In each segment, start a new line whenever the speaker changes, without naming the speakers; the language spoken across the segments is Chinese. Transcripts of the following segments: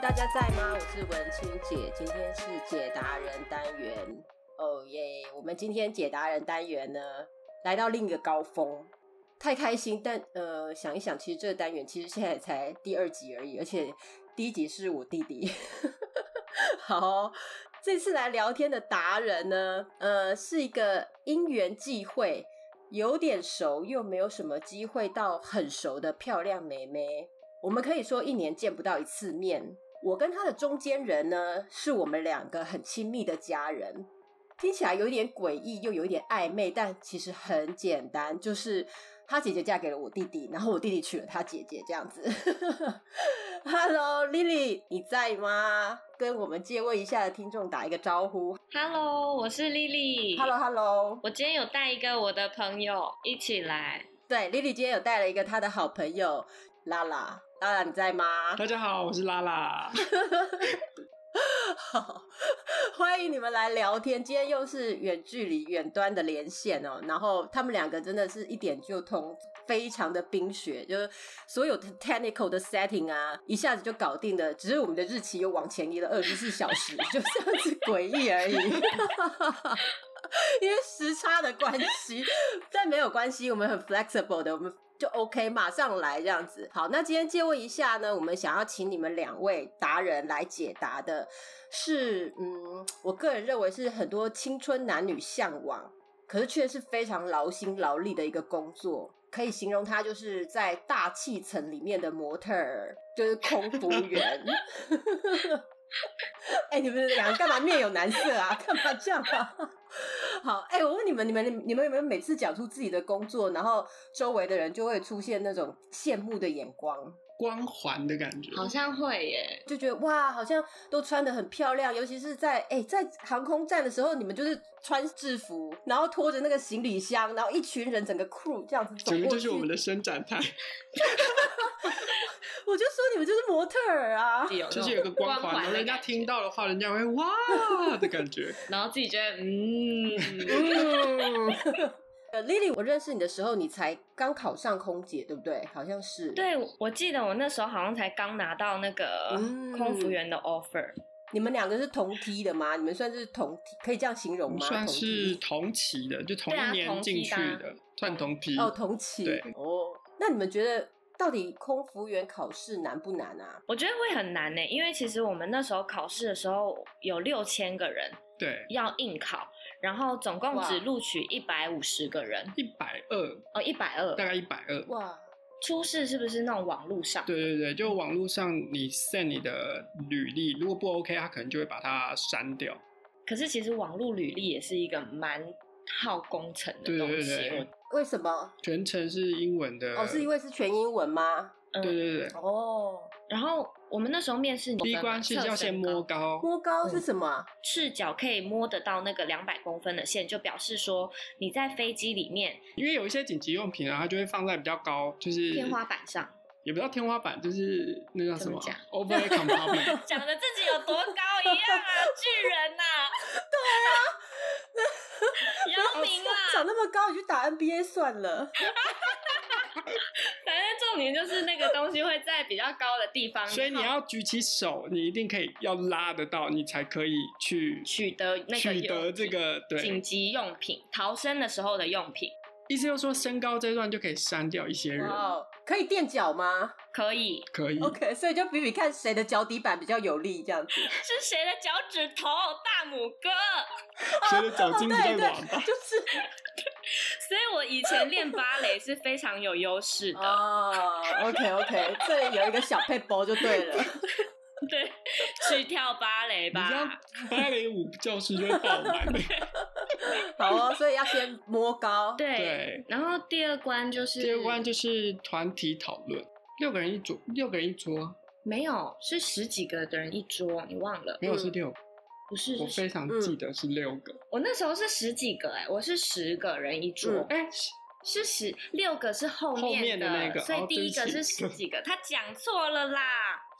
大家在吗？我是文青姐，今天是解答人单元，哦耶！我们今天解答人单元呢，来到另一个高峰，太开心。但呃，想一想，其实这个单元其实现在才第二集而已，而且第一集是我弟弟。好、哦，这次来聊天的达人呢，呃，是一个因缘际会，有点熟又没有什么机会到很熟的漂亮妹妹。我们可以说一年见不到一次面。我跟他的中间人呢，是我们两个很亲密的家人。听起来有点诡异，又有一点暧昧，但其实很简单，就是他姐姐嫁给了我弟弟，然后我弟弟娶了他姐姐，这样子。Hello，Lily，你在吗？跟我们借问一下的听众打一个招呼。
Hello，我是丽丽。
Hello，Hello，
我今天有带一个我的朋友一起来。
对，Lily 今天有带了一个她的好朋友拉拉，拉拉你在吗？
大家好，我是拉拉。
好，欢迎你们来聊天。今天又是远距离、远端的连线哦。然后他们两个真的是一点就通，非常的冰雪，就是所有的 technical 的 setting 啊，一下子就搞定了。只是我们的日期又往前移了二十四小时，就这样子诡异而已。 因为时差的关系，但没有关系，我们很 flexible 的，我们就 OK，马上来这样子。好，那今天借问一下呢，我们想要请你们两位达人来解答的是，嗯，我个人认为是很多青春男女向往，可是却是非常劳心劳力的一个工作，可以形容它就是在大气层里面的模特儿，就是空服员。 哎、你们两个干嘛面有难色啊？干嘛这样啊？ 好，哎、我问你们，你们你们有没有每次讲出自己的工作，然后周围的人就会出现那种羡慕的眼光，
光环的感觉，
好像会耶，
就觉得哇，好像都穿的很漂亮，尤其是在哎、在航空站的时候，你们就是穿制服，然后拖着那个行李箱，然后一群人整个 crew 这样子走
整个
过
就
去，
是我们的伸展派，
我就说你们就是模特儿啊，
有
就是有个光
环
环，然后
的
人家
感觉
听到的话，人家会哇的感觉。
然后自己觉得嗯，
嗯， 呃，Lily，我认识你的时候，你才刚考上空姐，对不对？好像是。，
对，我记得我那时候好像才刚拿到那个
嗯
空服员的 offer，、
你们两个是同梯的吗？你们算是同梯，可以这样形
我
容
们
吗？
算是
同
同期的，就同
对啊
一
同
年
期
进去
的
的，算同批
梯。哦，同期。
对
哦，那你们觉得到底空服员考试难不难啊？
我觉得会很难呢，因为其实我们那时候考试的时候有六千个人
对，
要应考，然后总共
哇
只录取一百五十个人，
一百二，
哦，一百二
大。概一百二。
哇，
初试是不是那种网络上？
对对对，就网络上你 send 你的履历，如果不 OK，他可能就会把它删掉。
可是其实网络履历也是一个蛮耗工程的
对
东
对
西。
对对
我
为什么？
全程是英文的，
哦，是因为是全英文吗？
嗯
对对对，
哦，
然后我们那时候面试，
第一关是要先摸高，
摸高是什么啊？
视角，可以摸得到那个两百公分的线，就表示说你在飞机里面
因为有一些紧急用品啊，它就会放在比较高，就是
天花板上。
也不叫天花板，就是那叫什么
怎么
over compartment，
讲的自己有多高一样啊， 巨人呐、对啊，姚明啊，
长那么高，你去打 NBA 算了。
反正重点就是那个东西会在比较高的地方，
所以你
然后
要举起手，你一定可以要拉得到，你才可以去
取得那个
取
用
得这个
紧
对。
急用品，逃生的时候的用品，
意思就是说，身高这段就可以删掉一些人，
哦，可以垫脚吗
可以
可以。
？OK，所以就比比看谁的脚底板比较有力，这样子。
是谁的脚趾头？大拇哥。
所 以脚筋比较
哦对对
软吧。
就是
所以我以前练芭蕾是非常有优势的。
哦，OK OK，这里有一个小配包就对了。
对，去跳芭蕾
你知道
吧。
芭蕾舞教室就会爆满的。
好哦，所以要先摸高。
对，
对
然后第二关就是
第二关就是团体讨论，六个人一桌，六个人一桌，
没有，是十几个人一桌，你忘了？
没有是六个，
不是，
我
是
非常记得是六个。
我那时候是十几个哎、我是十个人一桌，
嗯
哎、
是十六个是后面
后面的那个
所以
哦
第一个
对
是
不起
十几个，他讲错了啦。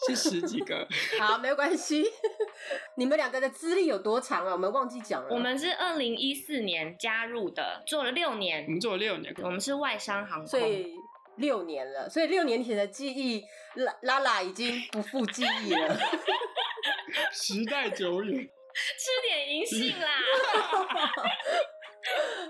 是十几个，
好，没有关系。 你们两个的资历有多长啊？我们忘记讲了。
我们是二零一四年加入的，做了六年
嗯我，们做了六年，
我们是外商航
所
空，
以六年了，所以六年前的记忆，拉拉拉已经不复记忆了。
时代久远，
吃点银杏 啦。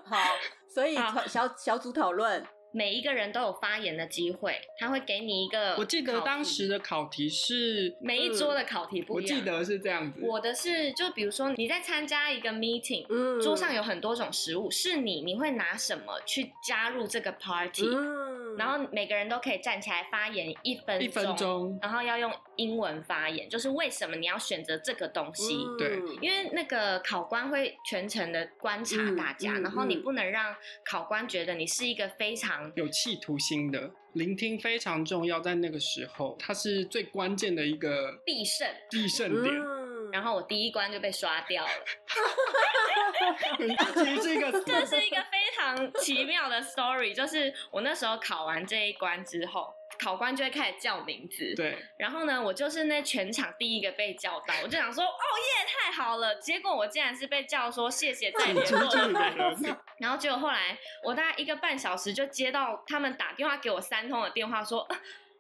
好，所以
好
小小组讨论，
每一个人都有发言的机会，他会给你一个。
我记得当时的考题是
每一桌的考题不
我
一样。
记得是这样子。
我的是，就比如说你在参加一个 meeting，、
嗯
桌上有很多种食物，是你你会拿什么去加入这个 party？、
嗯
然后每个人都可以站起来发言一分
一分钟，
然后要用英文发言，就是为什么你要选择这个东西？
嗯
对
因为那个考官会全程的观察大家，
嗯嗯
然后你
嗯
不能让考官觉得你是一个非常
有企图心的聆听非常重要，在那个时候，它是最关键的一个
必胜。
必胜点。
嗯
然后我第一关就被刷掉了，
嗯其实是一个
这是一个非常奇妙的 story。就是我那时候考完这一关之后，考官就会开始叫名字，
对，
然后呢，我就是那全场第一个被叫到，我就想说，哦耶，太好了！结果我竟然是被叫说谢谢再
请
联
出去
络。
的人，
然后结果后来，我大概一个半小时就接到他们打电话给我三通的电话说。呃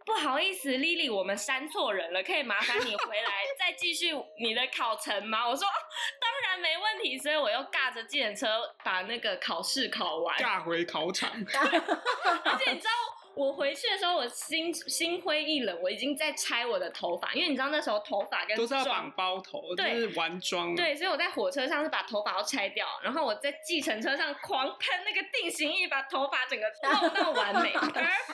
不好意思，Lily，我们删错人了，可以麻烦你回 来再继续你的考程吗？我说、哦当然没问题，所以我又尬着计程车把那个考试考完。
尬回考场，
而且你知道，我回去的时候，我心心灰意冷，我已经在拆我的头发，因为你知道那时候头发跟
都是要绑
妆。
包头，就
对
是玩妆。，啊
对，所以我在火车上是把头发都拆掉，然后我在计程车上狂喷那个定型液，把头发整个弄到完美，perfect。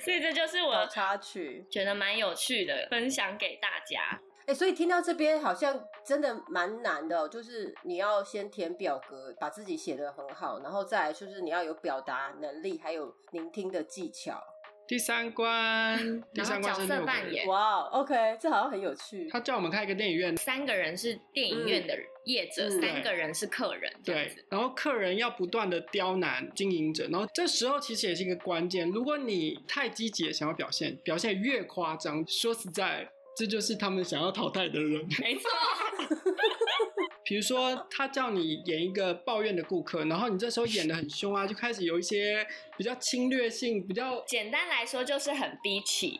所以这就是
小
我
插曲，
觉得蛮有趣的，分享给大家。
哎、所以听到这边好像真的蛮难的哦、就是你要先填表格，把自己写得很好，然后再来就是你要有表达能力，还有聆听的技巧。
第三 关，第
然后
三关
角
是
色
六个
扮
人
演对
哇，OK，这好哦像很有趣。
他叫我们看一个电影院，
三个人是电影院的业者，
嗯
三个人是客人，这样
对
子。，
然后客人要不断的刁难经营者，然后这时候其实也是一个关键。如果你太积极，想要表现，表现越夸张，说实在，这就是他们想要淘汰的人。
没错，
比 如说，他叫你演一个抱怨的顾客，然后你这时候演的很凶啊，就开始有一些比较侵略性、比较
简单来说就是很逼气。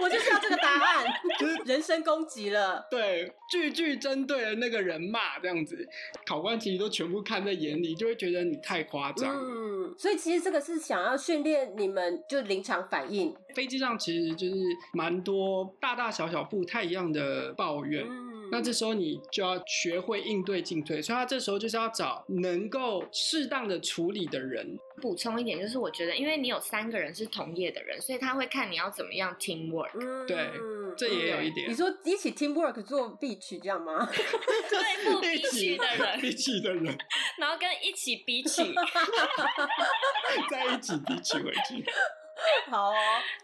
我就是要这个答 案，
就是
人身攻击 了。
对句句针对那个人骂这样子。考官其实都全部看在眼里，就会觉得你太夸张了。
嗯，所以其实这个是想要训练你们就临场反应。
飞机上其实就是蛮多大大小小不太一样的抱怨。
嗯
那这时候你就要学会应对进退，所以他这时候就是要找能够适当的处理的人。
补充一点，就是我觉得，因为你有三个人是同业的人，所以他会看你要怎么样 team work。
嗯
对这也有一点
你说一起 teamwork 做 B 区这样 吗？
对付逼气的人，
一起的人
然后跟一起比起，
在一起比起为止。
好哦，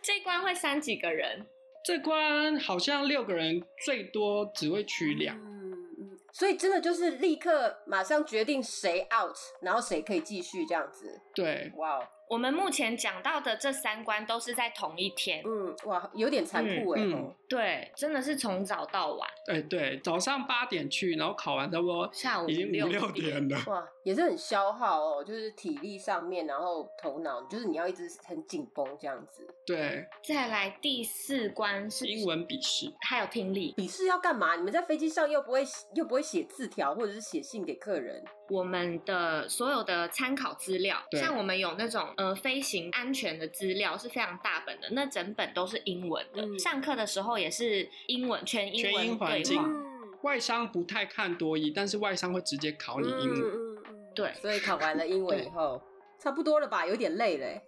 这一关会删几个人？
这关好像六个人最多只会取两，
嗯嗯，所以真的就是立刻马上决定谁 out，然后谁可以继续这样子。
对，
哇哦，
我们目前讲到的这三关都是在同一天，
嗯，哇，有点残酷哎、
嗯
哦
对，真的是从早到晚，
哎、对，早上八点去，然后考完差不多
下午
已经五
六
六点了，
哇，也是很消耗哦，就是体力上面，然后头脑，就是你要一直很紧绷这样子。
对，
再来第四关是
英，文笔试，
还有听力。
笔试要干嘛？你们在飞机上又不会又不会写字条，或者是写信给客人。
我们的所有的参考资料，
对
像我们有那种呃飞行安全的资料是非常大本的，那整本都是英文的。
嗯
上课的时候也是英文，全英
全
文
英环
对
境
话。
嗯
外商不太看多义，但是外商会直接考你英文。
嗯嗯
对
所以考完了英文以后，差不多了吧？有点累嘞。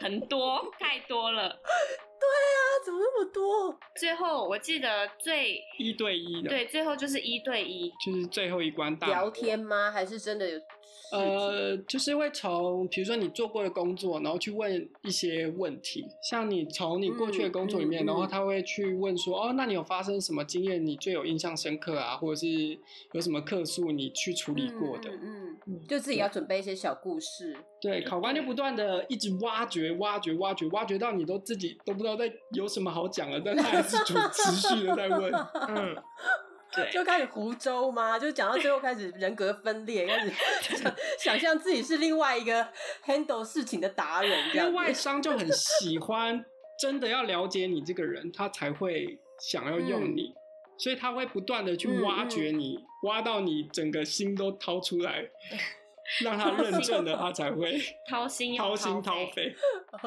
很多，太多了。
啊，怎么那么多？
最后我记得最
一对一的，
对，最后就是一对一，
就是最后一关大
聊
魔
天。吗？还是真的有？
呃，就是会从比如说你做过的工作，然后去问一些问题，像你从你过去的工作里面，
嗯嗯
然后
嗯
他会去问说，哦，那你有发生什么经验你最有印象深刻啊，或者是有什么客诉你去处理过的？
嗯嗯嗯
嗯
就自己要准备一些小故事。
对，考官就不断的一直挖掘、挖掘、挖掘、挖掘到你都自 己都不知道在有什么好讲了，但他还是持持续的在问。
嗯，对
就开始湖州嘛，就讲到最后开始人格分裂，开 始想想象自己是另外一个 handle 事情的达人这
因为
样
外
子。
商就很喜欢，真的要了解你这个人，他才会想要用你，
嗯
所以他会不断的去挖掘你，挖到你整个心都掏出来，让他认证了，他 才会
掏心又
掏心
掏
掏
肺。
肺。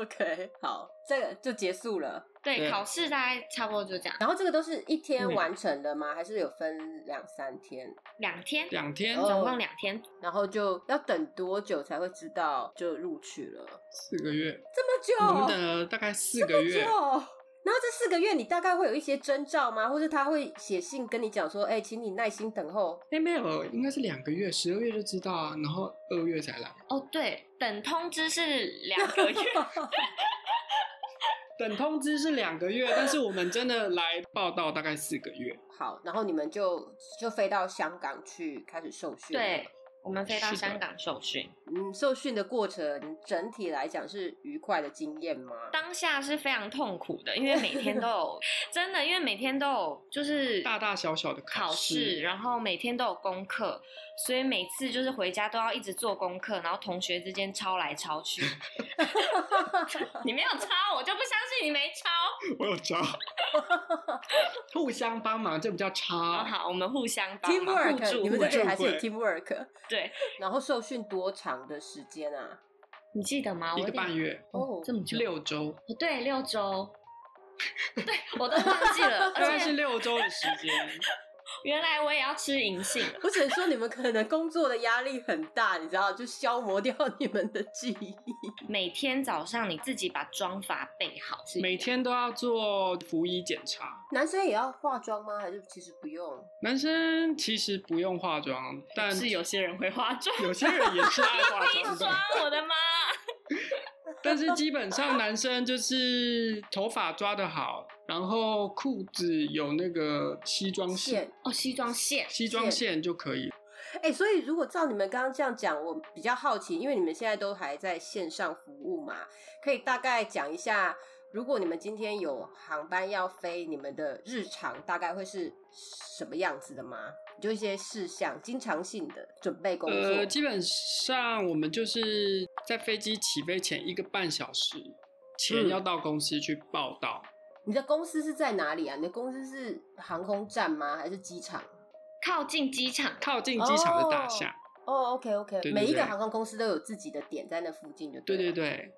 OK，好，这个就结束了。
对，
对
考试大概差不多就这样，
然后这个都是一天
嗯
完成的吗？还是有分两三天？
两天，
两天
哦
总共两天。
然后就要等多久才会知道就录取了？
四个月，
这
我
么
们
久？
等了大概四个
哦
月
这。么久然后这四个月你大概会有一些征兆吗？或者他会写信跟你讲说，哎、请你耐心等候。
哎，没有，应该是两个月，十二月就知道啊，然后二月才来。
哦，对，等通知是两个 月。
等通知是两个月，但是我们真的来报道大概四个月。
好，然后你们就就飞到香港去开始受训。
对，，我们飞到
是的
香港受训，
嗯，受训的过程整体来讲是愉快的经验吗？
当下是非常痛苦的，因为每天都 有，真的，因为每天都有就是
大大小小的考
考
试
试，然后每天都有功课，所以每次就是回家都要一直做功课，然后同学之间抄来抄 去。你没有抄，我就不相信你没抄。
我有 招，互相帮忙，这比较
好
差。
好，我们互相帮忙，互
teamwork，
助
你们
互
这
助
个。还是有
会
teamwork。
对，
然后受训多长的时间啊？
你记得吗？我
一
有
个
点
半月，
哦
嗯这么久，
六周，
哦对六 周，对我都忘记了，
大概
而
是
且
六周的时间。
原来我也要吃银杏了。
我只能说你们可能工作的压力很大，你知道，就消磨掉你们的记忆。
每天早上你自己把妆法备好，是一样
每天都要做服仪检查。
男生也要化妆吗？还是其实不用？
男生其实不用化妆，但
是有些人会化妆。
有些人也 是爱化
一
妆
双
的。，
我的妈！
但是基本上男生就是头发抓得好，然后裤子有那个西装线，
线
哦，西装线，
西装线就可以了。
哎、所以如果照你们刚刚这样讲，我比较好奇，因为你们现在都还在线上服务嘛，可以大概讲一下，如果你们今天有航班要飞，你们的日常大概会是什么样子的吗？就一些事项，经常性的准备工作。
呃，基本上我们就是在飞机起飞前一个半小时前
嗯
要到公司去报道。
你的公司是在哪里啊？你的公司是航空站吗？还是机场？
靠近机场。
靠近机场的大厦。
哦、o k OK，
对对
每一个
对
航空公司都有自己的点在那附近就
对
对
对
了
对，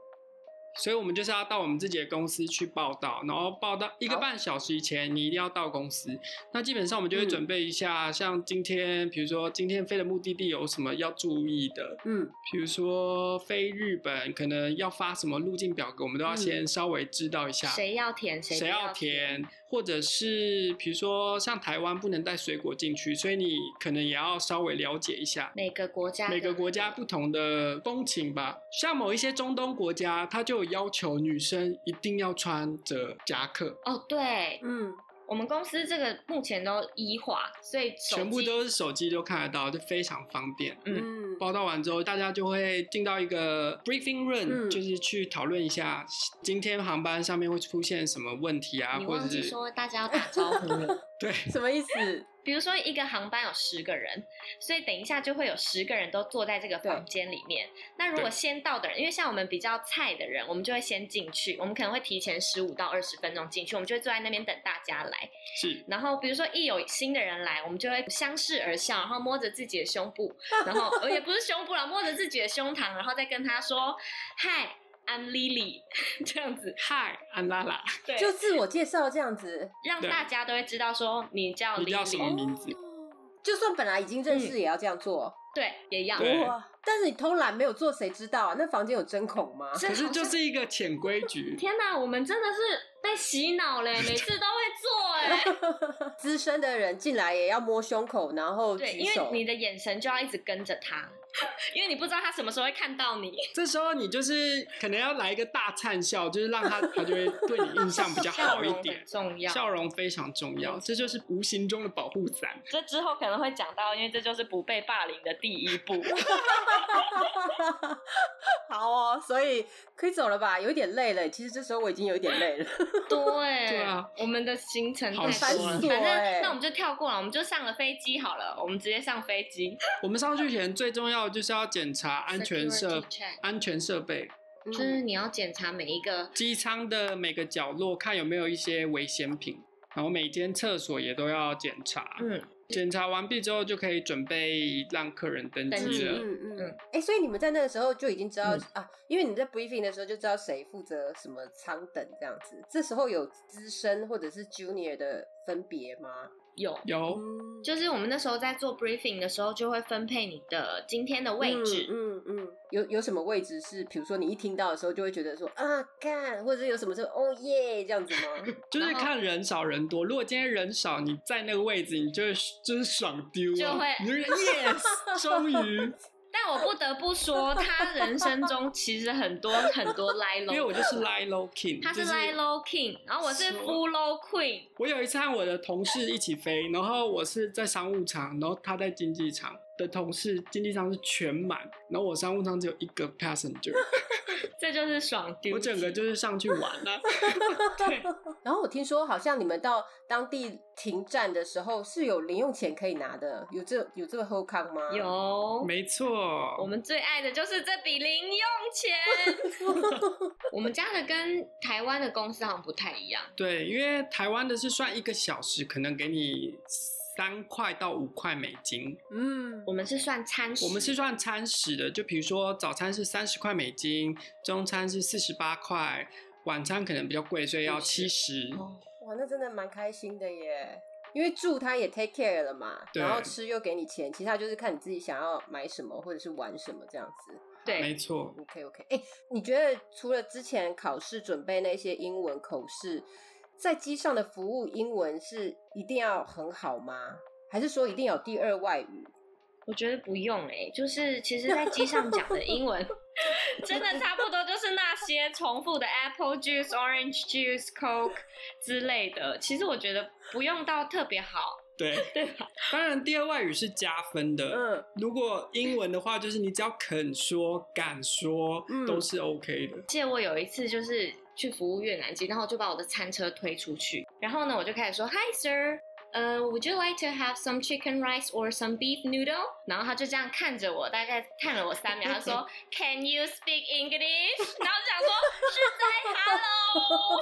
所以我们就是要到我们自己的公司去报道，然后报道一个
好
半小时以前你一定要到公司。那基本上我们就会
嗯
准备一下，像今天，比如说今天飞的目的地有什么要注意的，
嗯，
比如说飞日本可能要发什么路径表格，我们都要
嗯
先稍微知道一下。
谁要填谁不
谁要
填？
填，或者是比如说像台湾不能带水果进去，所以你可能也要稍微了解一下
每个国家的
每个国家不同的风情吧。像某一些中东国家，它就有要求女生一定要穿着夹克，
哦，对
嗯，
我们公司这个目前都一化，所以手机
全部都是手机都看得到，就非常方便。
嗯，
报道完之后，大家就会进到一个 briefing room，、
嗯
就是去讨论一下今天航班上面会出现什么问题啊，
你
或者
忘记
是
说大家要打招呼了。
对
什么意 思？
比如说一个航班有十个人，所以等一下就会有十个人都坐在这个房间里面。那如果
对
先到的人，因为像我们比较菜的人，我们就会先进去，我们可能会提前十五到二十分钟进去，我们就会坐在那边等大家来。
是
然后比如说一有新的人来，我们就会相视而笑，然后摸着自己的胸部，然后呃也不是胸部啦， 摸着自己的胸膛，然后再跟他说嗨。I'm Lily，这 样子，
嗨安拉拉，
对，
就自我介绍这样子。
让大家都会知道说你叫
你
Lily，
叫什么名字？
哦就算本来已经认识，也要这样做。
嗯对，也哦要，
对
哇！但是你偷懒没有做，谁知道啊？那房间有针孔吗？
这
可是
好
就
像
是一个潜规 矩，
天哪，我们真的是被洗脑嘞， 每次都会做哎。
资深的人进来也要摸胸口，然后
对，
举
因为
手。
你的眼神就要一直跟着他， 因为你不知道他什么时候会看到你。
这时候你就是可能要来一个大灿笑，就是让他他就会对你印象比较
笑
好一
容很
点。
重要，
笑容非常重要，这就是无形中的保护伞。
这之后可能会 讲到，因为这就是不被霸凌的第一步。
好哦，所以可以走了吧？有一点累了，其实这时候我已经有一点累了。
对，
对啊
我们的行程
好
太
繁
多了，
琐
反
欸
正那我们就跳过了，我们就上了飞机好了，我们直接上飞机。
我们上去前最重要的就是要检查安全设
Security check
安全设备，
嗯
就是你要检查每一个，
机舱的每个角落看有没有一些危险品，然后每间厕所也都要检查。
嗯，
检查完毕之后就可以准备让客人登
登
机
记
了。
嗯嗯嗯
嗯。
哎、所以你们在那个时候就已经知道、
嗯
啊，因为你在 briefing 的时候就知道谁负责什么舱等这样子。这时候有资深或者是 junior 的分别吗？
有。
有，
嗯，
就是我们那时候在做 briefing 的时候，就会分配你的今天的位置，
嗯嗯嗯有有什么位置是，比如说你一听到的时候就会觉得说啊干，或者有什么时候哦耶这样子吗？
就是看人少人多。如果今天人少，你在那个位置，你就会就是爽丢、啊，
就会
你就是 yes，终于。
但我不得不说，他人生中其实很多很 多 l i l
因
o
为我就是 Lilo King，
他
就是
l i l o king，然后我是
说
full low queen，
我有一次和我的同事一起飞，然后我是在商务舱，然后他在经济舱的同事，经济舱是全满，然后我商务舱只有一个 passenger，
这就是爽丢。
我整个就是上去 玩了。对，
然后我听说好像你们到当地停站的时候是有零用钱可以拿的，有这有这个 h o c o n 吗？
有，
没
我
错，
们最爱的就是这笔零用 钱。我们家的跟台湾的公司好像不太一样，
对，因为台湾的是算一个小时，可能给你三块到五块美金，
嗯
我们是算餐食，
我们是算餐食的，就比如说早餐是三十块美金，中餐是四十八块，晚餐可能比较贵，所以要七十。
哦
哇，那真的蛮开心的耶。因为住他也 take care 了嘛，
对
然后吃又给你钱，其他就是看你自己想要买什么或者是玩什么这样子。
没
对，
错，
OK OK，哎、你觉得除了之前考试准备那些英文口试，在机上的服务英文是一定要很好吗？还是说一定有第二外语？
我觉得不用哎、就是其实在机上讲的英文。真的差不多就是那些重复的 apple juice、orange juice、coke 之类的。其实我觉得不用到特别好，
对。
对吧？
当然，第二外语是加分的。
嗯，
如果英文的话，就是你只要肯说、敢说，
嗯
都是 OK 的。
记得我有一次就是去服务越南籍，然后我就把我的餐车推出去，然后呢，我就开始说 Hi sir，呃、w o u l d you like to have some chicken rice or some beef noodle？然后他就这样看着我，大概看了我三秒，他说 Can you speak English？然后我想说是在 Hello，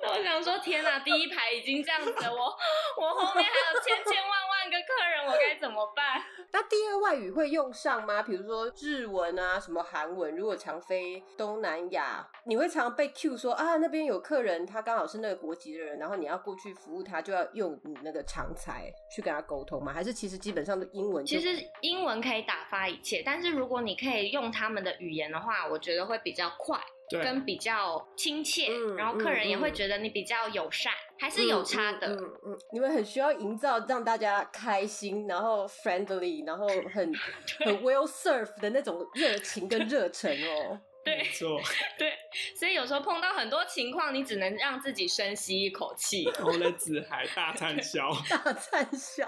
然后我想说天哪，第一排已经这样子了，我我后面还有千千万万个客人，我该怎么办？
那第二外语会用上吗？比如说日文啊，什么韩文？如果常飞东南亚，你会常被 Q 说啊，那边有客人，他刚好是那个国籍的人，然后你要过去服务他，就要用你那个常才去跟他沟通吗？还是其实基本上的英文就？
其实英文可以打发一切，但是如果你可以用他们的语言的话，我觉得会比较快，
对，
跟比较亲切，
嗯
然后客人也
嗯
会
嗯
觉得你比较友善，还是有差的。
嗯嗯嗯嗯你们很需要营造让大家开心，然后 friendly，然后 很很 well serve 的那种热情跟热忱哦。
没
对，
错。
所以有时候碰到很多情况，你只能让自己深吸一口气。
我的子海大畅销，
大赞笑，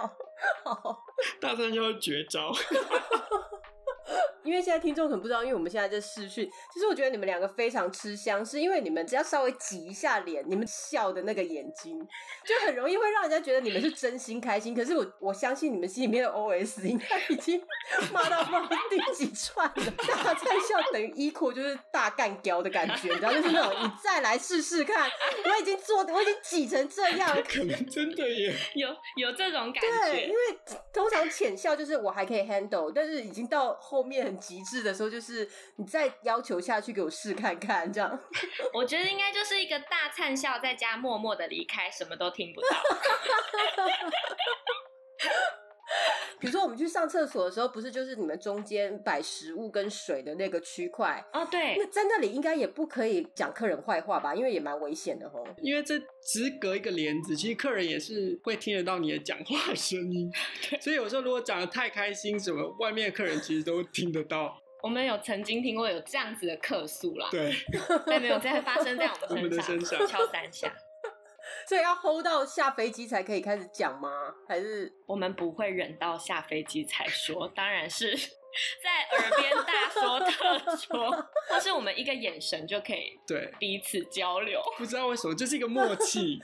好。
大畅销是绝招。
因为现在听众可能不知道，因为我们现在在试训，其实我觉得你们两个非常吃香，是因为你们只要稍微挤一下脸，你们笑的那个眼睛，就很容易会让人家觉得你们是真心开心。可是我我相信你们心里面的 OS 应该已经骂到不知道第几串了，大在笑等于 equal 就是大干胶的感觉，你知道，就是那种你再来试试看，我已经做，我已经挤成这样，
可能真的耶，
有有这种感
对，因
觉，
为通常浅笑就是我还可以 handle，但是已经到后面很极致的时候，就是你再要求下去给我试看看，这样
我觉得应该就是一个大灿笑，在家默默的离开，什么都听不 到。
比如说我们去上厕所的时候，不是就是你们中间摆食物跟水的那个区块，
哦，对
那，在那里应该也不可以讲客人坏话吧，因为也蛮危险的吼。
因为这只隔一个帘子，其实客人也是会听得到你的讲话声音，所以有时候如果讲的太开心，什么外面的客人其实都听得到。
我们有曾经听过有这样子的客诉啦，
对，
但没有在发生在我
我们
们
的
身
身上
上，敲三下。
所以要 hold 到下飞机才可以开始讲吗？还是
我们不会忍到下飞机才说，当然是 在耳边大说特说，或是我们一个眼神就可以
对，
彼此交流。
不知道为什么，这是一个默契。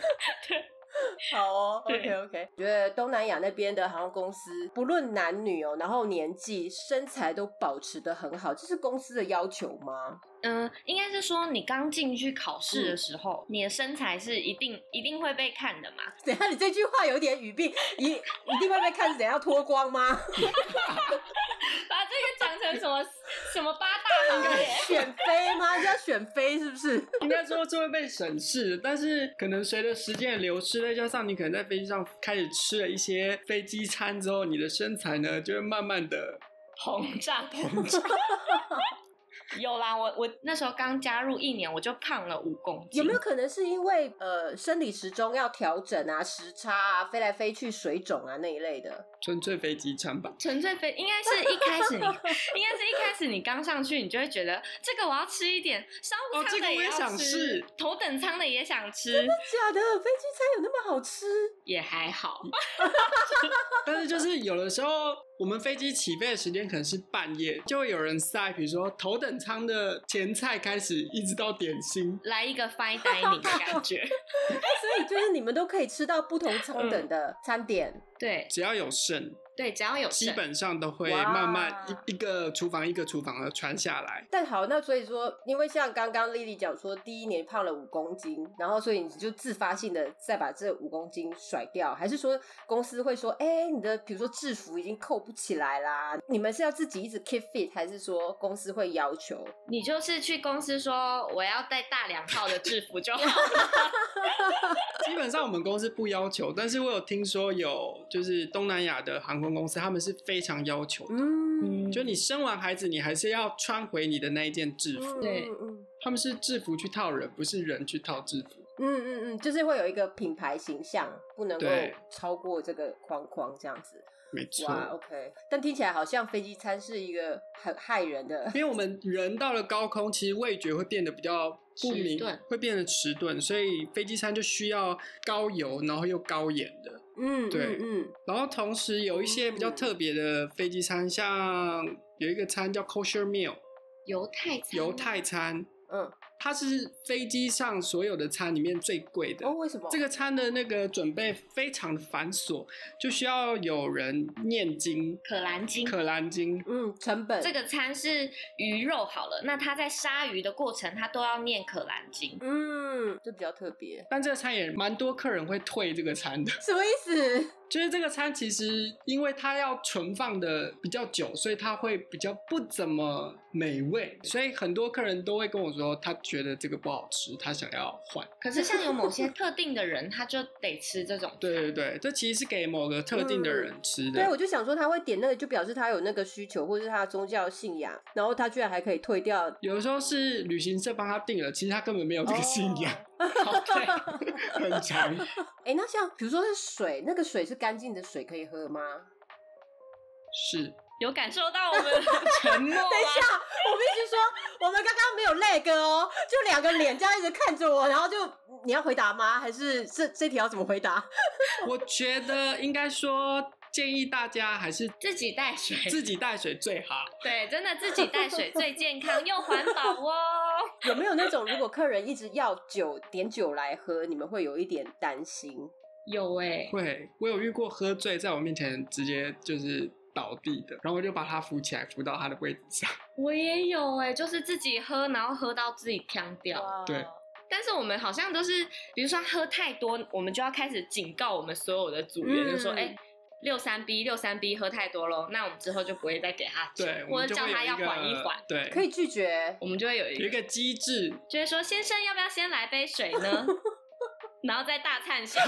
好哦
对
，OK OK，觉得东南亚那边的航空公司，不论男女哦，然后年纪、身材都保持的很好，这是公司的要求吗？
嗯，应该是说你刚进去考试的时候，你的身材是一定一定会被看的嘛。
等一下你这句话有点语病，一一定会被看怎样脱光吗？
把这个讲成什么什么八大行 业？
选妃吗？这要选妃是不是？
应该说这会被审视，但是可能随着时间的流逝，再加上你可能在飞机上开始吃了一些飞机餐之后，你的身材呢就会慢慢的
膨 胀，膨胀。有啦，我我那时候刚加入一年，我就胖了五公斤。
有没有可能是因为呃生理时钟要调整啊，时差啊，飞来飞去水肿啊那一类的？
纯粹飞机餐吧。
纯粹肥？应该是一开 始你，应该是一开始你刚上去，你就会觉得这个我要吃一点，商务
哦
舱
这个
的
我也
要吃，
想试
头等舱的也想 吃，
假的，飞机餐有那么好吃？
也还好。
但是就是有的时候，我们飞机起飞的时间可能是半夜，就会有人塞，比如说头等舱的前菜开始，一直到点心。
来一个 fine dining 的感 觉，
所以就是你们都可以吃到不同中等的餐点。
对
只要有剩，
对，只要有
基
剩
本上都会
哇
慢慢一一个厨房一个厨房的传下来。
但好，那所以说，因为像刚刚丽丽讲说，第一年胖了五公斤，然后所以你就自发性的再把这五公斤甩掉，还是说公司会说，哎、你的比如说制服已经扣不起来啦，你们是要自己一直 keep fit，还是说公司会要求？
你就是去公司说我要带大两套的制服就好了。
基本上我们公司不要求，但是我有听说有就是东南亚的航空公司，他们是非常要求的。
嗯，
就你生完孩子，你还是要穿回你的那一件制服。
对
嗯嗯
他们是制服去套人，不是人去套制服。
嗯嗯嗯，就是会有一个品牌形象，不能够
对
超过这个框框这样子。
没
哇
错，
，OK，但听起来好像飞机餐是一个很害人的。
因为我们人到了高空，其实味觉会变得比较不
迟
明
钝，
会变得迟钝，所以飞机餐就需要高油，然后又高盐的。
嗯，
对
嗯嗯
然后同时有一些
哦
比较特别的飞机餐，像有一个餐叫 kosher meal
犹太餐
犹太餐，
嗯，
它是飞机上所有的餐里面最贵的
哦，。为什么？
这个餐的那个准备非常的繁琐，就需要有人念经、
可兰经，
可兰经，
嗯，成本
这个餐是鱼肉好了，那它在杀鱼的过程，它都要念可兰经。
嗯，这比较特别，
但这个餐也蛮多客人会退这个餐的。
什么意思？
就是这个餐其实因为它要存放的比较久，所以它会比较不怎么美味，所以很多客人都会跟我说，他觉得这个不好吃，他想要换。
可是像有某些特定的人，他就得吃这种。
对对，对，这其实是给某个特定的人吃的。
嗯对，我就想说他会点那个，就表示他有那个需求，或是他的宗教信仰，然后他居然还可以退掉。
有的时候是旅行社帮他订了，其实他根本没有
哦
这个信 仰，好对，很长。
哎、那像比如说是水，那个水是干净的水可以喝吗？ 我
是，
有感受到我们的 沉默吗？
必须说，我们刚刚没有那个哦，就两个脸这样一直看着我，然后就你要回答吗？还是这这题要怎么回答？
我觉得应该说建议大家还是
自己带水，
自己带水最好。
对，真的自己带 水最健康又环保哦。
有没有那种如果客人一直要酒点酒来喝，你们会有一点担心？
有哎、
会，我有遇过喝醉在我面前直接就是倒地的，然后我就把他扶起来，扶到他的位置上。
我也有哎、就是自己喝，然后喝到自己呛掉。
对
但是我们好像都是，比如说喝太多，我们就要开始警告我们所有的组员，
嗯
就说：“哎、六三 B 六三 B 喝太多喽，那我们之后就不会再给他酒
对，
或
我
者
就
叫
会
他
有
要
个
缓一缓。
对，
可以拒绝”
我们就会有一
有一
个，
个机制，
就会说：“先生，要不要先来杯水 呢？”然后再大叹小。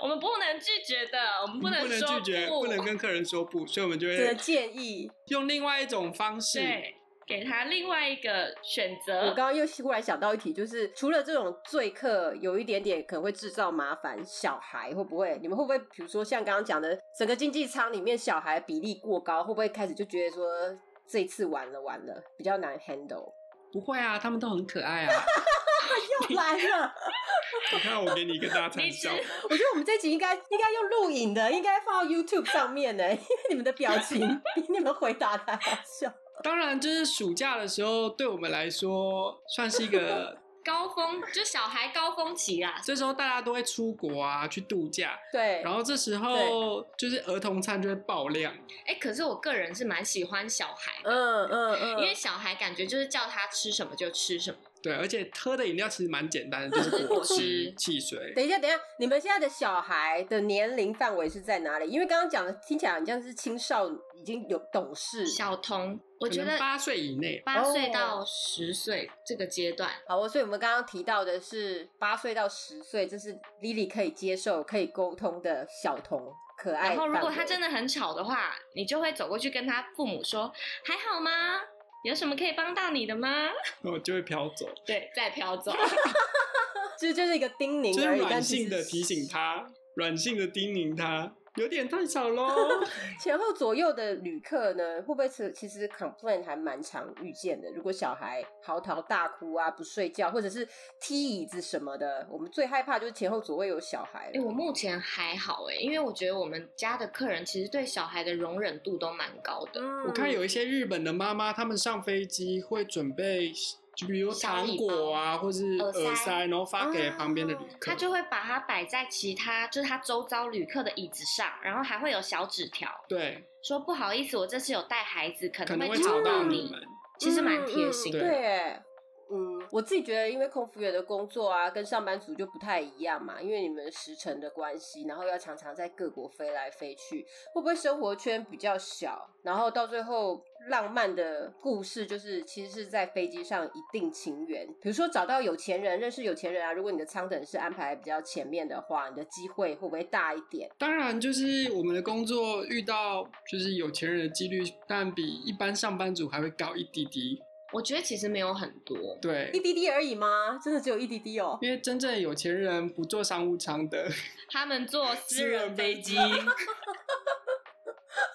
我们不能拒绝的，我们
嗯不
能
能
说
拒绝，不能跟客人说不，所以我们就
只能
会
建议。
用另外一种方式。
对，给他另外一个选择。
我刚刚又忽然想到一题，就是除了这种醉客，有一点点可能会制造麻烦，小孩会不会？你们会不会，比如说像刚刚讲的，整个经济舱里面小孩比例过高，会不会开始就觉得说这一次完了完了，比较难 handle？
不会啊，他们都很可爱啊。
又来了，
你看，我给你一个大
你
惨
只
笑。
我觉得我们这集应该应该用录影的，应该放到 YouTube 上面呢，因为你们的表情比你们回答的还好笑。
当然，就是暑假的时候，对我们来说算是一个，，
高峰就小孩高峰期啊
这时候大家都会出国啊，去度假。
对，
然后这时候就是儿童餐就会爆量，
哎、可是我个人是蛮喜欢小孩的，
嗯嗯嗯，
呃
因为小孩感觉就是叫他吃什么就吃什么，
对，而且喝的饮料其实蛮简单的，就是果汁
汁、
汽水。
等一下，等一下，你们现在的小孩的年龄范围是在哪里？因为刚刚讲的听起来好像是青少，已经有懂事。
小童，我
可
觉
能
得
八岁以内，
八
哦
岁到十岁这个阶段，
好哦，所以我们刚刚提到的是八岁到十岁，这是 Lily 可以接受、可以沟通的小童可爱。
然后如果他真
的，
的很吵的话，你就会走过去跟他父母说：“还好吗？有什么可以帮到你的吗
我哦就会飘走，？”
对，再飘 走。
这就是一个叮
就
咛
是
而已，
软
但其
性
实
的提醒他，软性的叮咛他，有点太吵喽。
前后左右的旅客呢，会不会其其实 complain 还蛮常遇见的？如果小孩嚎啕大哭啊，不睡觉，或者是踢椅子什么的，我们最害怕就是前后左右有小孩
哎、
了。
我目前还好哎、因为我觉得我们家的客人其实对小孩的容忍度都蛮高的。
嗯
我看有一些日本的妈妈，她们上飞机会准备，就比如
小
糖
礼
果啊，或是
耳
耳
塞
塞，然后发给
哦
旁边的旅客。
他就会把它摆在其他，就是他周遭旅客的椅子上，然后还会有小纸条
对，
说不好意思，我这次有带孩子，可
可能
会
会
吵
吵
到
到
嗯
你
你，
们。
其实蛮贴心
嗯
的。
嗯嗯对耶，嗯，我自己觉得，因为空服员的工作啊，跟上班族就不太一样嘛，因为你们时程的关系，然后要常常在各国飞来飞去，会不会生活圈比较小？然后到最后，浪漫的故事就是其实是在飞机上一定情缘，比如说找到有钱人，认识有钱人啊。如果你的舱等是安排比较前面的话，你的机会会不会大一点？
当然，就是我们的工作遇到就是有钱人的几率，但比一般上班族还会高一滴滴。
我觉得其实没有很多，
对
一，滴滴而已吗？真的只有一滴滴哦。
因为真正有钱人不坐商务舱的，
他们坐私人飞机，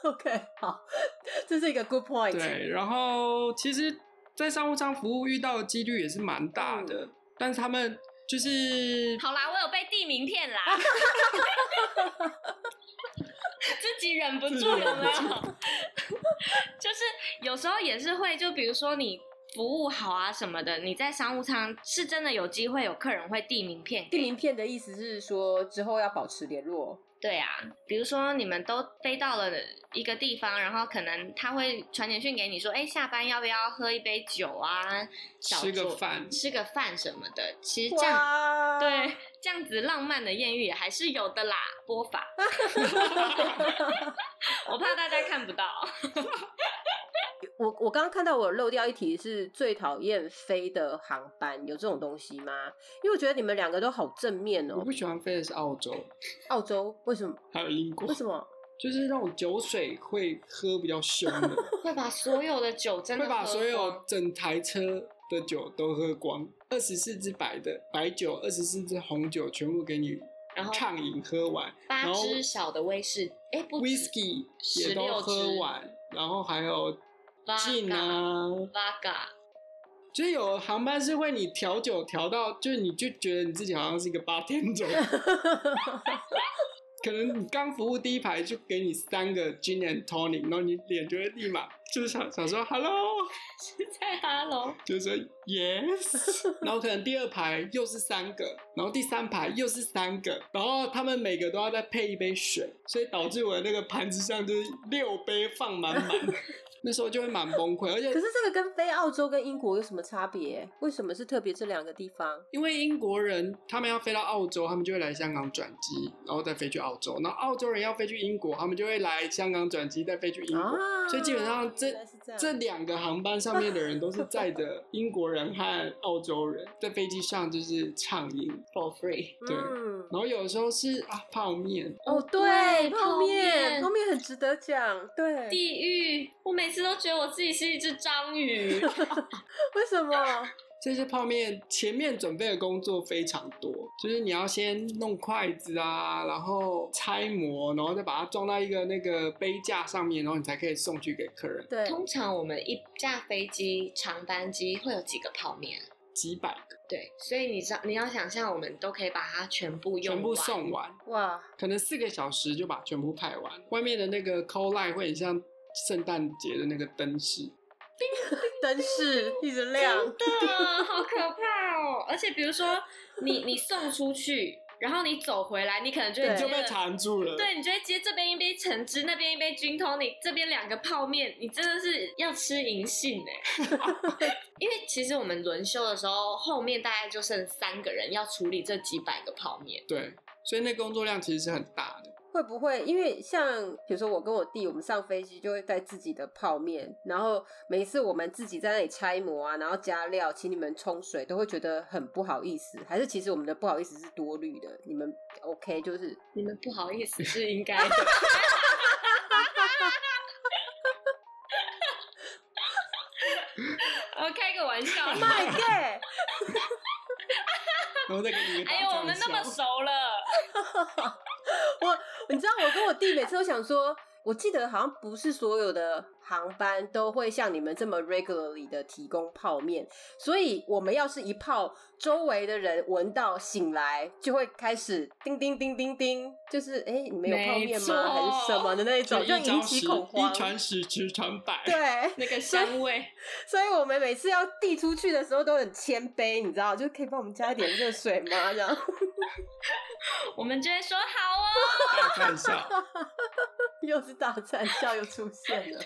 OK，好，这是一个 good point。
对，然后其实，在商务舱服务遇到的几率也是蛮大的，
嗯
但是他们就是
好啦，我有被递名 片啦，自己忍不住有没有？就是有时候也是会，就比如说你服务好啊什么的，你在商务舱是真的有机会有客人会递名片
递名片的意思是说之后要保持联络。
对啊，比如说你们都飞到了一个地方，然后可能他会传简讯给你说，哎，下班要不要喝一杯酒啊？小
吃个
酌
饭
吃个饭什么的。其实这样
哇，
对，这样子浪漫的艳遇也还是有的啦，播法。我怕大家看不到，
我我刚刚看到我漏掉一题，是最讨厌飞的航班，有这种东西吗？因为我觉得你们两个都好正面
我
哦
不。喜欢飞的是澳洲，
澳洲为什么？
还有英国
为，什么？
就是那种酒水会喝比较凶 的，
会把所有的酒真的
会把
喝
所有
光
整台车的酒都喝光，二十四支白的白酒，二十四支红酒全部给你
然后
畅饮喝完，
八
然后
支小的威士，哎、不止
whisky 也都
16
喝
支
完，然后还有
Vodka
劲啊，
，Vaga，
就是有航班是会你调酒调到，就是你就觉得你自己好像是一个八天酒， 可能你刚服务第一排就给你三个 gin and tonic，然后你脸就会立马就是想想说 hello，
是在哈喽。
就说 yes，然后 可能第二排又是三个，然后第三排又是三个，然后他们每个都要再配一杯水，所以导致我的那个盘子上就是六杯放满满，那时候就会蛮崩溃，而且
可是这个跟飞澳洲跟英国有什么差别？为什么是特别这两个地方？
因为英国人他们要飞到澳洲，他们就会来香港转机，然后再飞去澳洲。然后澳洲人要飞去英国，他们就会来香港转机，再飞去英国。
啊，
所以基本上这
原来是这样
这两个航班上面的人都是载着英国人和澳洲人，在飞机上就是畅饮 for free。对，
嗯
然后有时候是啊泡面，
哦，对，
对
泡
泡
面，
面
泡面很值得讲。对，
地狱，我每次都觉得我自己是一只章鱼。
为什么？
这些泡面前面准备的工作非常多，就是你要先弄筷子啊，然后拆模，然后再把它装到一个那个杯架上面，然后你才可以送去给客人。
对，
通常我们一架飞机长班机会有几个泡面？
几百个，
对，所以你知道你要想象，我们都可以把它全部用
全部
完
送完，
哇，
可能四个小时就把全部派完。外面的那个 call line 会很像圣诞节的那个灯饰，
灯饰一直亮，
真的好可怕哦！ 而且比如说你你送出去，然后你走回来，你可能就会
对
接
就
了
被缠住了。
对，你就会接这边一杯橙汁，那边一杯菌通，你这边两个泡面，你真的是要吃银杏哎！因为其实我们轮休的时候，后面大概就剩三个人要处理这几百个泡面，
对，所以那工作量其实是很大的。
会不会因为像比如说我跟我弟，我们上飞机就会带自己的泡面，然后每一次我们自己在那里拆模啊，然后加料，请你们冲水，都会觉得很不好意思。还是其实我们的不好意思是多虑的，你们 OK 就是
你们不好意思是应该的。 我开个玩笑啦，
Oh My God，
然后再给你一个
哎呦，
打
我
酱
们那么
笑
熟了，
我你知道我跟我弟每次都想说。我记得好像不是所有的航班都会像你们这么 regularly 的提供泡面，所以我们要是一泡，周围的人闻到醒来就会开始叮叮叮叮叮，就是哎、诶你们有泡面
没错
吗？还是什么的那一种，就
就一
引
朝
起
十
恐慌
一。传十，十传百。
对，
那个香味，
所以我们每次要递出去的时候都很谦卑，你知道，就可以帮我们加一点热水吗？这样。
我们就会说好哦，
大看笑，
又是大战笑又出现了。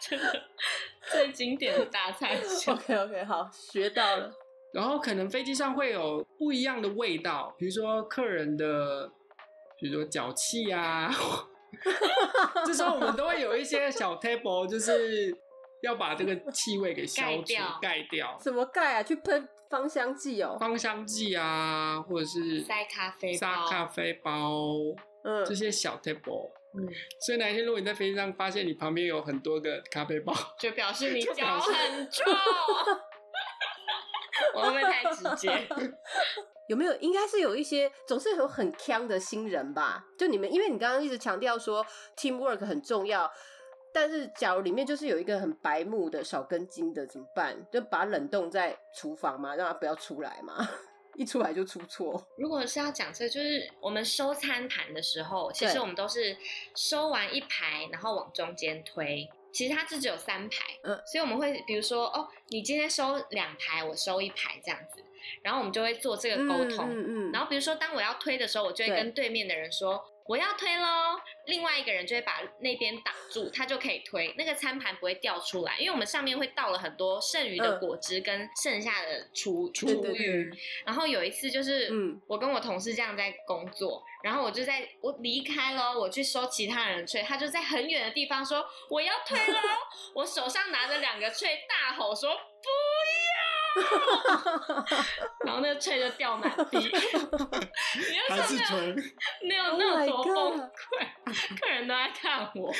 真的 最经典的大菜酒。
OK OK，好，学到了。
然后可能飞机上会有不一样的味道，比如说客人的，比如说脚气啊， 这时候我们都会有一些小 table，就是要把这个气味给消除
盖掉
盖掉，
怎么盖啊？去喷芳香剂哦。
芳香剂啊，或者是
塞咖啡包
塞咖啡包
嗯
这，些小 table。
嗯，
所以哪一天如果你在飞机上发现你旁边有很多个咖 啡包，
就表示你
就
脚
表示
很臭。 我会不会太直接？
有没有？应该是有一些，总是有很强的新人吧？就你们，因为你刚刚一直强调说 teamwork 很重要，但是假如里面就是有一个很白目的少根筋的，怎么办？就把它冷冻在厨房嘛，让它不要出来嘛， 一出来就出错。
如果是要讲这个，就是我们收餐盘的时候，其实
对
我们都是收完一排，然后往中间推。其实它这只有三排，
嗯
所以我们会比如说，哦，你今天收两排，我收一排这样子，然后我们就会做这个沟通。
嗯
然后比如说，当我要推的时候，我就会
对
跟对面的人说我要推喽，另外一个人就会把那边挡住，他就可以推，那个餐盘不会掉出来，因为我们上面会倒了很多剩余的
嗯
果汁跟剩下的厨
对
厨
对
余。然后有一次就是，
嗯
我跟我同事这样在工作，然后我就在我离开了，我去收其他人的吹，他就在很远的地方说我要推 喽，我手上拿着两个吹，大吼说不要， 然后那个吹就掉满地，你就说
还是
那有
纯
那有
Oh
那
my
有多
God
崩溃， 客人都在看我，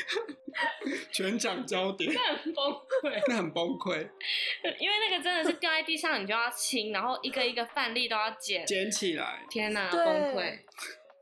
全场焦点，
更崩溃，
那很崩溃。
因为那个真的是掉在地上，你就要清，然后一个一个范例都要捡，
捡起来，
天哪，
对
崩溃。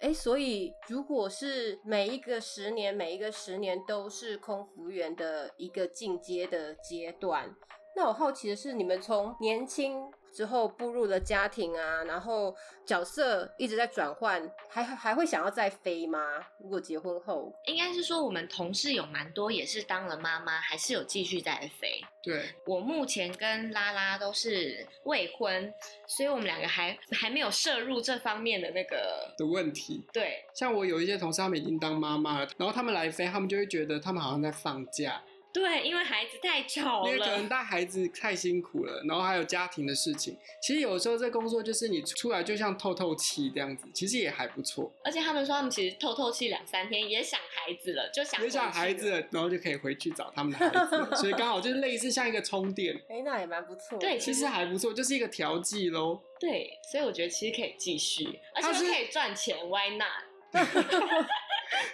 哎、所以如果是每一个十年，每一个十年都是空服员的一个进阶的阶段，那我好奇的是，你们从年轻之后步入了家庭啊，然后角色一直在转换，还还会想要再飞吗？如果结婚后，
应该是说我们同事有蛮多也是当了妈妈，还是有继续在飞。
对，
我目前跟拉拉都是未婚，所以我们两个还还没有涉入这方面的那个
的问题。
对
像我有一些同事，他们已经当妈妈了，然后他们来飞，他们就会觉得他们好像在放假，
对，因为孩子太吵
因为可能
了，
带孩子太辛苦了，然后还有家庭的事情。其实有时候这工作就是你出来就像透透气这样子，其实也还不错。
而且他们说他们其实透透气两三天也想孩子了，就想
有小
回去
孩子
了。
了，然后就可以回去找他们的孩子了，所以刚好就是类似像一个充电，
哎、那也蛮不错的。
对
其实还不错，就是一个调剂喽。
对，所以我觉得其实可以继续，而且
他是
又可以赚钱，Why not？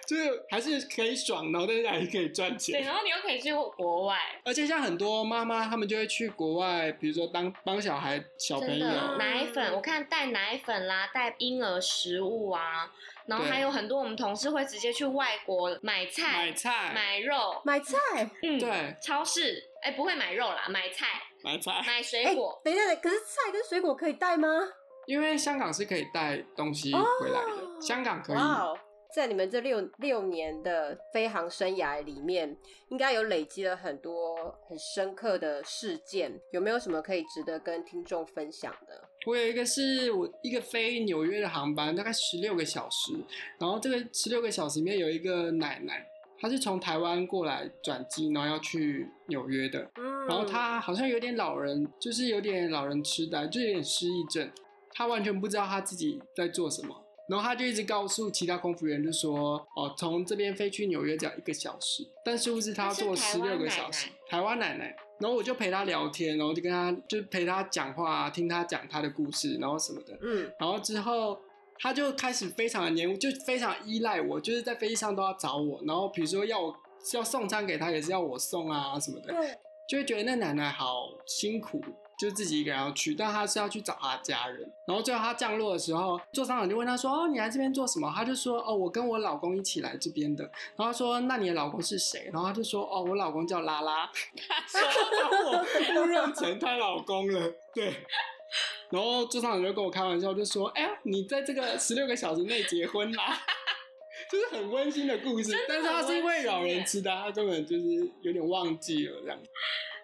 就是还是可以爽，然后但是还可以赚
对，啊
钱。
然后你又可以去国外，
而且像很多妈妈，她们就会去国外，比如说当帮小孩小朋
真
友，
的奶粉，
嗯
我看带奶粉啦，带婴儿食物啊，然后
对
还有很多我们同事会直接去外国买菜、
买菜，
买肉，
买菜，
嗯，哎
对
超市，哎、不会买肉啦，买菜，
买菜，
买水
哎
果，
等一下，可是菜跟水果可以带吗？
因为香港是可以带东西回来的，
哦
香港可以。
哇哦，在你们这六六年的飞航生涯里面，应该有累积了很多很深刻的事件，有没有什么可以值得跟听众分享的？
我有一个是我一个飞纽约的航班，大概十六个小时，然后这个十六个小时里面有一个奶奶，她是从台湾过来转机，然后要去纽约的，
嗯
然后她好像有点老人，就是有点老人痴呆，就有点失忆症，她完全不知道她自己在做什么。然后她就一直告诉其他空服员，就说：“哦，从这边飞去纽约只要一个小时，但殊不知她要
她是
坐
台
十
湾
六个
奶
小
奶
时。”台湾奶奶，然后我就陪她聊天，然后就跟她就陪她讲话，啊听她讲她的故事，然后什么的。
嗯，
然后之后他就开始非常的黏我，就非常依赖我，就是在飞机上都要找我，然后比如说要我要送餐给他，也是要我送啊什么的，
对，
就会觉得那奶奶好辛苦，就自己一个人要去，但她是要去找她家人。然后最后她降落的时候，座舱长就问她说：“哦，你来这边做什么？”她就说：“哦，我跟我老公一起来这边的。”然后她说：“那你的老公是谁？”然后她就说：“哦，我老公叫拉 拉。”
说
把我误认成她老公了，对。然后座上人就跟我开玩笑，就说：“哎呀，你在这个十六个小时内结婚啦。” 就是很温馨的故事，
真的
但
很
是他是因
温
为
馨
老
耶
人痴呆，他根本就是有点忘记了这样。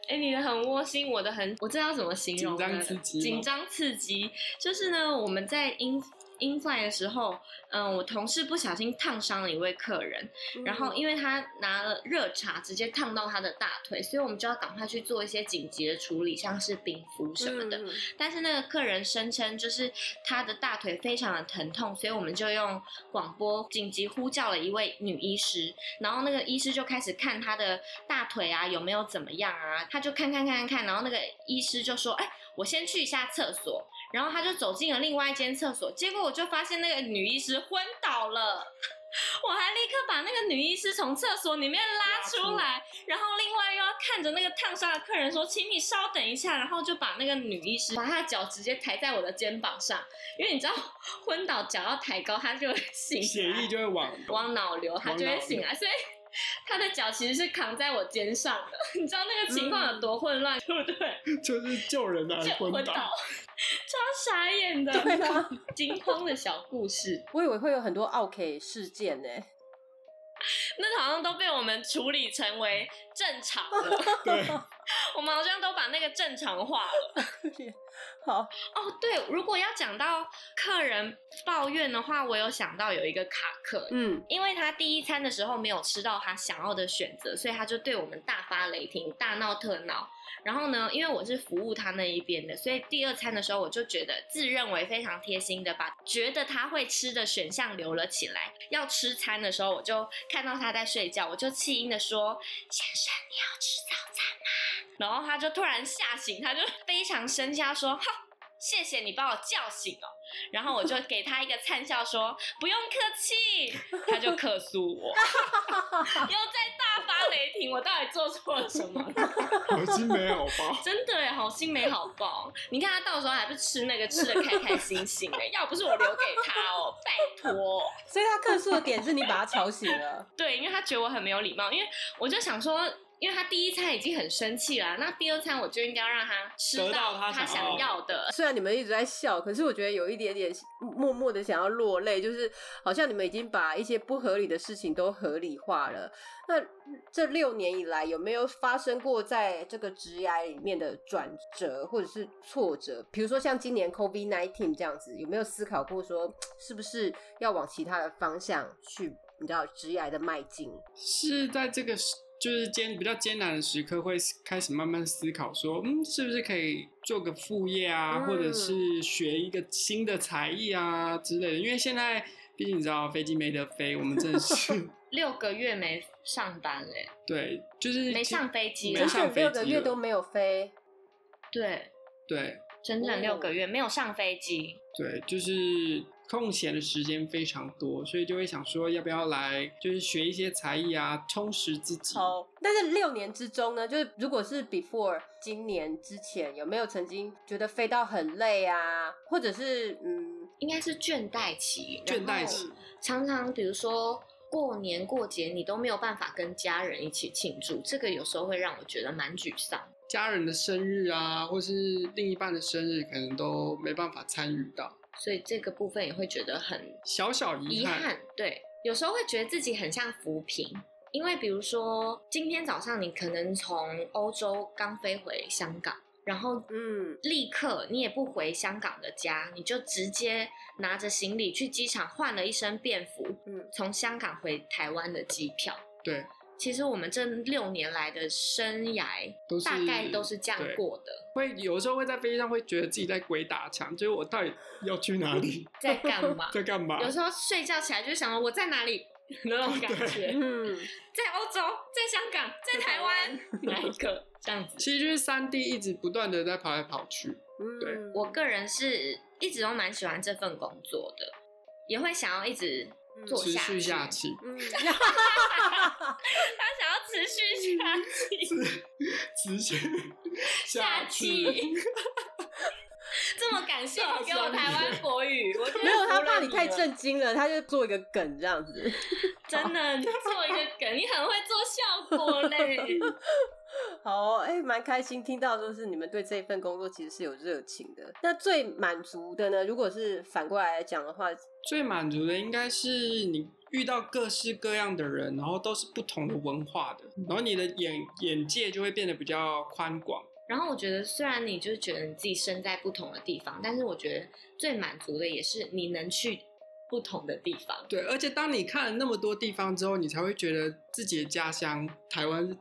哎、你的很窝心，我的很，我知道怎么形容呢
紧张刺激吗
紧张刺激就是呢，我们在 in in fly 的时候，嗯，我同事不小心烫伤了一位客人，
嗯
然后因为他拿了热茶直接烫到他的大腿，所以我们就要赶快去做一些紧急的处理，像是冰敷什么的。
嗯
但是那个客人声称就是他的大腿非常的疼痛，所以我们就用广播紧急呼叫了一位女医师，然后那个医师就开始看他的大腿啊有没有怎么样啊，他就看看看看看，然后那个医师就说：“哎、我先去一下厕所。”然后他就走进了另外一间厕所，结果我就发现那个女医师昏倒了。 我还立刻把那个女医师从厕所里面拉出来，然后另外又要看着那个烫伤的客人说：“请你稍等一下。”然后就把那个女医师把她的脚直接抬在我的肩膀上，因为你知道 昏倒脚要抬高，她就会醒来，
血液就会往
往脑流，她就会醒来，所以。她的脚其实是扛在我肩上的， 你知道那个情况有多混乱，对不对？
就是救人的
就
昏
嗯昏倒，
倒。
超傻眼的，
对啊，
惊慌的小故事，
我以为会有很多 OK 事件呢、
那好像都被我们处理成为正常了。
对，
我们好像都把那个正常化了。
好，
哦，对，如果要讲到客人抱怨的话，我有想到有一个卡客，
嗯，
因为他第一餐的时候没有吃到他想要的选择，所以他就对我们大发雷霆，大闹特闹。然后呢，因为我是服务他那一边的，所以第二餐的时候我就觉得自认为非常贴心的把觉得他会吃的选项留了起来。要吃餐的时候，我就看到他在睡觉，我就气音的说：“先生，你要吃早餐吗？”然后他就突然吓醒，他就非常生气，他说：“哼，谢谢你把我叫醒哦。”然后我就给他一个灿笑说，不用客气，他就客诉我，又在大发雷霆，我到底做错了什么？
我是没有吧？
真的耶，好心没好报。你看他到时候还不吃那个吃的开开心心的，要不是我留给他哦，拜托。
所以他客诉的点是你把他吵醒了，
对，因为他觉得我很没有礼貌，因为我就想说。因为他第一餐已经很生气了，那第二餐我就应该让他吃
得到
到
他
他
想要
想要的，
虽然你们一直在笑，可是我觉得有一点点默默的想要落泪，就是好像你们已经把一些不合理的事情都合理化了。那这六年以来，有没有发生过在这个职涯里面的转折或者是挫折？比如说像今年 COVID nineteen 这样子，有没有思考过说是不是要往其他的方向去？你知道职涯的迈进，
是在这个时就是艰比较艰难的时刻，会开始慢慢思考说，嗯，是不是可以做个副业啊，
嗯
或者是学一个新的才艺啊之类的。因为现在毕竟你知道飞机没得飞，我们真的 是
六个月没上班嘞、
对，就是
没上飞机
嗯没
了
整
上
整
飞
六个
机
月
了
都没有飞，
对，
对
整
哦
整六个月没有上飞机，
对，就是空闲的时间非常多，所以就会想说要不要来就是学一些才艺啊，充实自己。
哦，但是六年之中呢，就是如果是 before 今年之前，有没有曾经觉得飞到很累啊，或者是嗯，
应该是倦怠期，
倦怠期，
常常比如说过年过节你都没有办法跟家人一起庆祝，这个有时候会让我觉得蛮沮丧。
家人的生日啊，或是另一半的生日，可能都没办法参与到，
所以这个部分也会觉得很
小小遗
遗
憾。
憾，对，有时候会觉得自己很像浮萍，因为比如说今天早上你可能从欧洲刚飞回香港，然后
嗯，
立刻你也不回香港的家，你就直接拿着行李去机场换了一身便服，
嗯
从香港回台湾的机票。
对，
其实我们这六年来的生涯
都是
大概都是这样
对
过的，
会有时候会在飞机上会觉得自己在鬼打墙，就是我到底要去哪里，？
在干嘛
在干嘛？
有时候睡觉起来就想我在哪里那种感觉，
嗯，
在欧洲，在香港，在台湾，哪一个这样子？
其实就是三 D 一直不断的在跑来跑去。对
嗯
我个人是一直都蛮喜欢这份工作的，也会想要一直做
嗯持
下
续
去。
下 去，
嗯，
他想要持 续下去，
持续
下
去。
去。这么感谢你给我台湾国语，我真的
没有，他
服了
怕你太
了
震惊了，他就做一个梗这样 子。
真的，你做一个梗，你很会做效果嘞。
好，哎、蛮开心听到，就是你们对这一份工作其实是有热情的。那最满足的呢？如果是反过来讲的话，
最满足的应该是你遇到各式各样的人，然后都是不同的文化的，
嗯
然后你的眼眼界就会变得比较宽广。
然后我觉得，虽然你就觉得你自己身在不同的地方，但是我觉得最满足的也是你能去不同的地方。
对，而且当你看了那么多地方之后，你才会觉得自己的家乡台湾是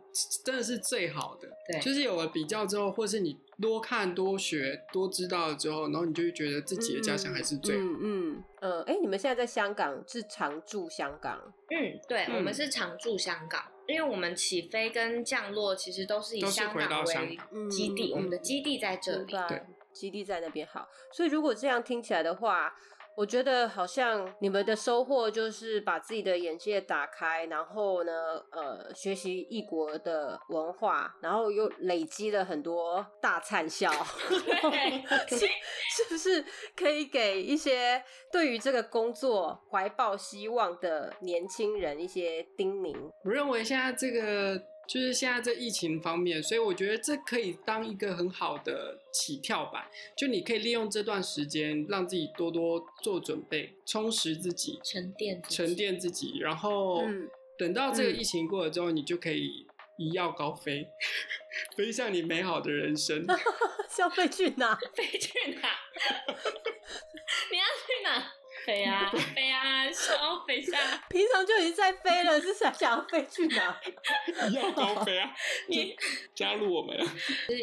真的是最好的。
对
就是有了比较之后，或是你多看多学多知道了之后，然后你就会觉得自己的家乡还是最好。
嗯嗯呃，哎、你们现在在香港是常驻香港？
嗯，对，
嗯
我们是常驻香港，因为我们起飞跟降落其实都是以
都是回
港
到香
为
港
嗯
基地，
嗯
我们的
嗯
基地在这
明
里。
白
对
基地在那边好。所以如果这样听起来的话，我觉得好像你们的收获就是把自己的眼界打开，然后呢，呃，学习异国的文化，然后又累积了很多大灿笑，是 是不是可以给一些对于这个工作怀抱希望的年轻人一些叮咛？
我认为现在这个就是现在这疫情方面，所以我觉得这可以当一个很好的起跳板，就你可以利用这段时间让自己多多做准备，充实自己，
沉淀自己
沉淀自己，然后
嗯
等到这个
嗯
疫情过了之后，你就可以一跃高飞， 飞向你美好的人 生。
是要被去哪？
飞去哪？你要去哪？飞啊飞啊，想要飞下来
平常就已经在飞了，是想想要飞去哪？
一跃高 飞啊！你加入我们啊，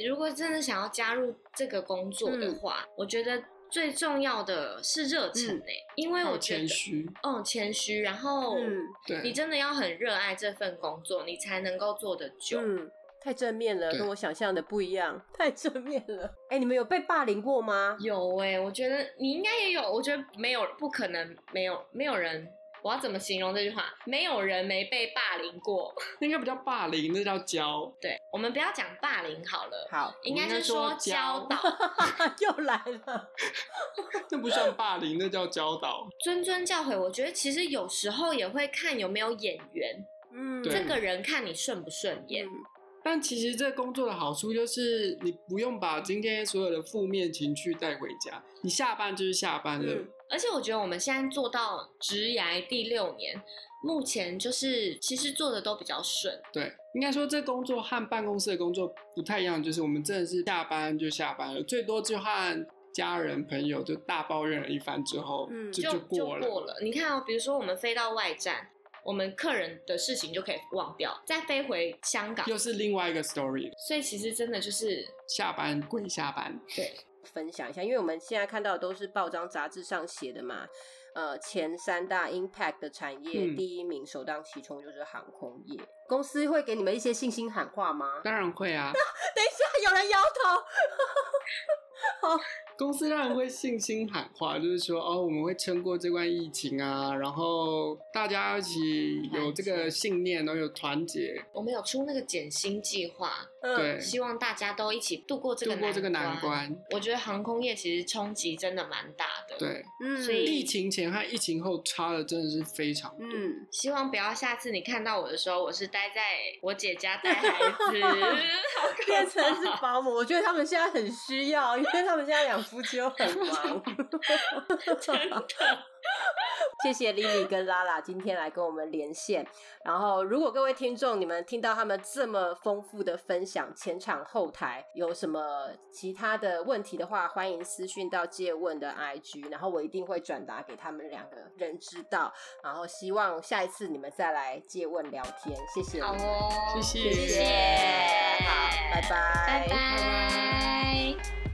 如果真的想要加入这个工作
嗯
的话，我觉得最重要的是热忱
嗯
诶、因为
还有
我觉得
谦，虚，
嗯，谦虚，然
哦
后
嗯
你
对，
真的要很热爱这份工作，你才能够做得久。
嗯，太正面了，
对
跟我想象的不一样，太正面了。哎、你们有被霸凌过吗？
有哎、我觉得你应该也有，我觉得没有不可能，没有没有人，我要怎么形容这句话？没有人没被霸凌过。
那个不叫霸凌，那叫教。
对，我们不要讲霸凌好了，
好，
应该是
我
说
应该说教
教 导，
又来了。
那不算霸凌，那叫教导。
谆谆教诲。我觉得其实有时候也会看有没有眼缘，
嗯，
对
这个人看你顺不顺眼。
嗯
但其实这工作的好处就是，你不用把今天所有的负面情绪带回家，你下班就是下班了。
嗯
而且我觉得我们现在做到职涯第六年，目前就是其实做的都比较顺。
对，应该说这工作和办公室的工作不太一样，就是我们真的是下班就下班了，最多就和家人朋友就大抱怨了一番之后，
嗯
就
就
过了。
过了。你看哦，比如说我们飞到外站，我们客人的事情就可以忘掉，再飞回香港。
又是另外一个 story，
所以其实真的就是
下班归下班，
分享一下，因为我们现在看到的都是报章杂志上写的嘛。呃，前三大 impact 的产业、
嗯
第一名，首当其冲就是航空业。公司会给你们一些信心喊话 吗？
当然会啊，
等一下，有人摇头。
公司当然会信心喊话，就是说哦，我们会撑过这段疫情啊，然后大家一起有这个信念，然后有团结，
我们有出那个减薪计划，
嗯，
对，
希望大家都一起度过这个
度过这个难
关。
关。
我觉得航空业其实冲击真的蛮大的，
对，
嗯，
所以
疫情前和疫情后差的真的是非常多。
嗯，
希望不要下次你看到我的时候，我是待在我姐家带孩子，好可
变成是
怕
保姆，我觉得他们现在很需要，因为他们现在养夫妻又很忙。
真的。
谢谢 Lily 跟拉拉今天来跟我们连线。然后，如果各位听众你们听到他们这么丰富的分享前场后台，有什么其他的问题的话，欢迎私讯到借问的 IG，然后我一定会转达给他们两个人知道。然后，希望下一次你们再来借问聊天。谢谢你
好
们，
哦，
谢谢
谢谢，好，拜拜，
拜拜。